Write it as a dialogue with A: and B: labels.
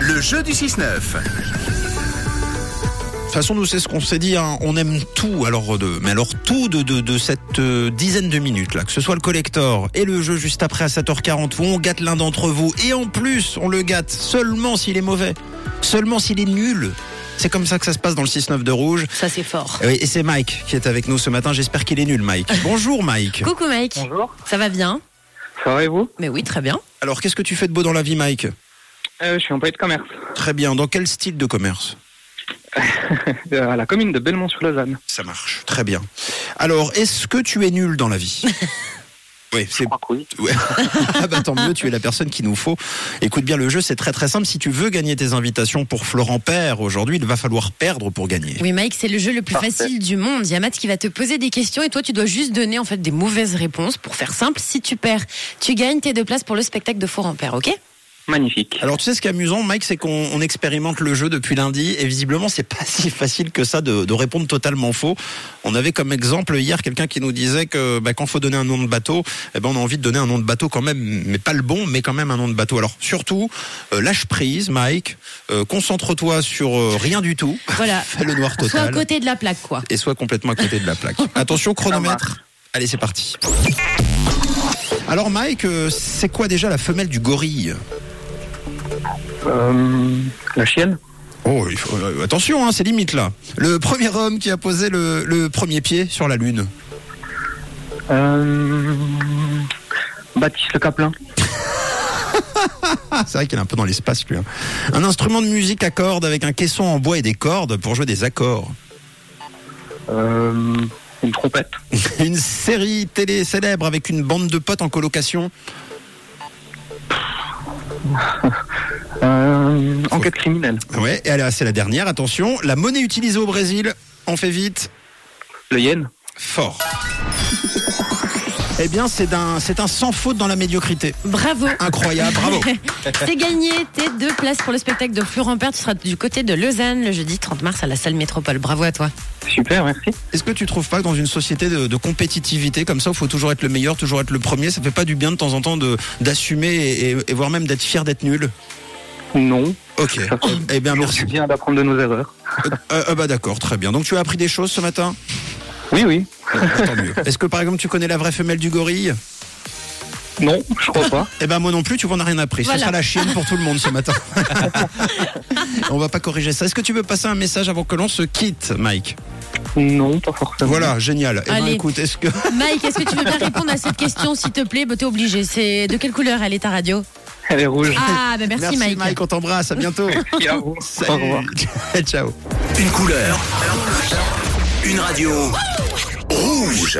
A: Le jeu du 6-9.
B: De toute façon, nous, c'est ce qu'on s'est dit. hein. On aime tout, alors de, mais alors tout de, de, de cette euh, dizaine de minutes là. Que ce soit le collector et le jeu juste après à 7h40 où on gâte l'un d'entre vous et en plus on le gâte seulement s'il est mauvais, seulement s'il est nul. C'est comme ça que ça se passe dans le 6-9 de rouge. Euh,
C: Ça, c'est fort.
B: Et oui, et c'est Mike qui est avec nous ce matin. J'espère qu'il est nul, Mike. Bonjour, Mike.
C: Coucou Mike.
D: Bonjour,
C: Ça va bien
D: ça va et vous
C: Mais oui, très bien.
B: Alors, qu'est-ce que tu fais de beau dans la vie, Mike
D: Euh, Je suis employé de commerce
B: Très bien. Dans quel style de commerce
D: euh, à la commune de Belmont-sur-Lausanne.
B: Ça marche. Très bien. Alors, est-ce que tu es nul dans la vie Oui, c'est
D: crois que oui.
B: Ouais. ah bah tant mieux, tu es la personne qu'il nous faut. Écoute bien le jeu, c'est très très simple. Si tu veux gagner tes invitations pour Florent Père aujourd'hui, il va falloir perdre pour gagner.
C: Oui Mike, c'est le jeu le plus
D: Parfait.
C: facile du monde. Il y a Matt qui va te poser des questions et toi, tu dois juste donner en fait des mauvaises réponses. Pour faire simple, si tu perds, tu gagnes tes deux places pour le spectacle de Fort Ampère, ok
D: Magnifique.
B: Alors tu sais ce qui est amusant, Mike, c'est qu'on on expérimente le jeu depuis lundi et visiblement c'est pas si facile que ça de, de répondre totalement faux. On avait comme exemple hier quelqu'un qui nous disait que bah, quand faut donner un nom de bateau, eh ben on a envie de donner un nom de bateau quand même, mais pas le bon, mais quand même un nom de bateau. Alors surtout euh, lâche prise, Mike, Euh, concentre-toi sur euh, rien du tout,
C: Voilà.
B: fais le noir
C: Sois à
B: total.
C: côté de la plaque, quoi.
B: et soit complètement à côté de la plaque. Attention, chronomètre. Allez, c'est parti. Alors, Mike, euh, c'est quoi déjà la femelle du gorille
D: Euh, la chienne
B: Oh, il faut- euh, attention, hein, c'est limite là. Le premier homme qui a posé le, le premier pied sur la Lune.
D: euh, Baptiste Le Caplin.
B: Ah, c'est vrai qu'il est un peu dans l'espace, lui. hein. Un instrument de musique à cordes avec un caisson en bois et des cordes pour jouer des accords.
D: Euh, une trompette.
B: Une série télé célèbre avec une bande de potes en colocation.
D: Euh, enquête criminelle.
B: Ouais, et allez, c'est la dernière, attention. La monnaie utilisée au Brésil, on fait vite.
D: Le yen.
B: fort. Eh bien, c'est un, c'est un sans faute dans la médiocrité.
C: Bravo.
B: Incroyable, bravo.
C: C'est gagné tes deux places pour le spectacle de Florent Ampère. Tu seras du côté de Lausanne le jeudi 30 mars à la salle Métropole. Bravo à toi.
D: Super, merci.
B: Est-ce que tu trouves pas que dans une société de, de compétitivité comme ça, où il faut toujours être le meilleur, toujours être le premier, ça fait pas du bien de temps en temps de, d'assumer et, et- et voire même d'être fier d'être nul
D: Non.
B: Ok.
D: Ça fait
B: Eh bien,
D: toujours
B: merci.
D: du bien d'apprendre de nos erreurs.
B: Euh, euh, bah d'accord, très bien. Donc tu as appris des choses ce matin
D: Oui, oui.
B: Bon, bah, Tant mieux. Est-ce que par exemple tu connais la vraie femelle du gorille
D: Non, je crois pas.
B: Eh ben moi non plus, tu m'en as rien appris.
C: Voilà.
B: Ce sera la chienne pour tout le monde ce matin. on va pas corriger ça. Est-ce que tu veux passer un message avant que l'on se quitte, Mike
D: Non, pas forcément.
B: Voilà, génial. Eh ben,
C: Allez.
B: écoute, est-ce que
C: Mike, est-ce que tu veux bien répondre à cette question, s'il te plaît bah, T'es obligé. C'est de quelle couleur elle est ta radio
D: Elle est rouge.
C: Ah, bah, merci,
B: Mike.
C: Mike.
B: on t'embrasse, à bientôt.
D: Merci à vous.
B: Salut.
D: Au revoir.
B: Ciao.
A: Une couleur. Une radio. Rouge.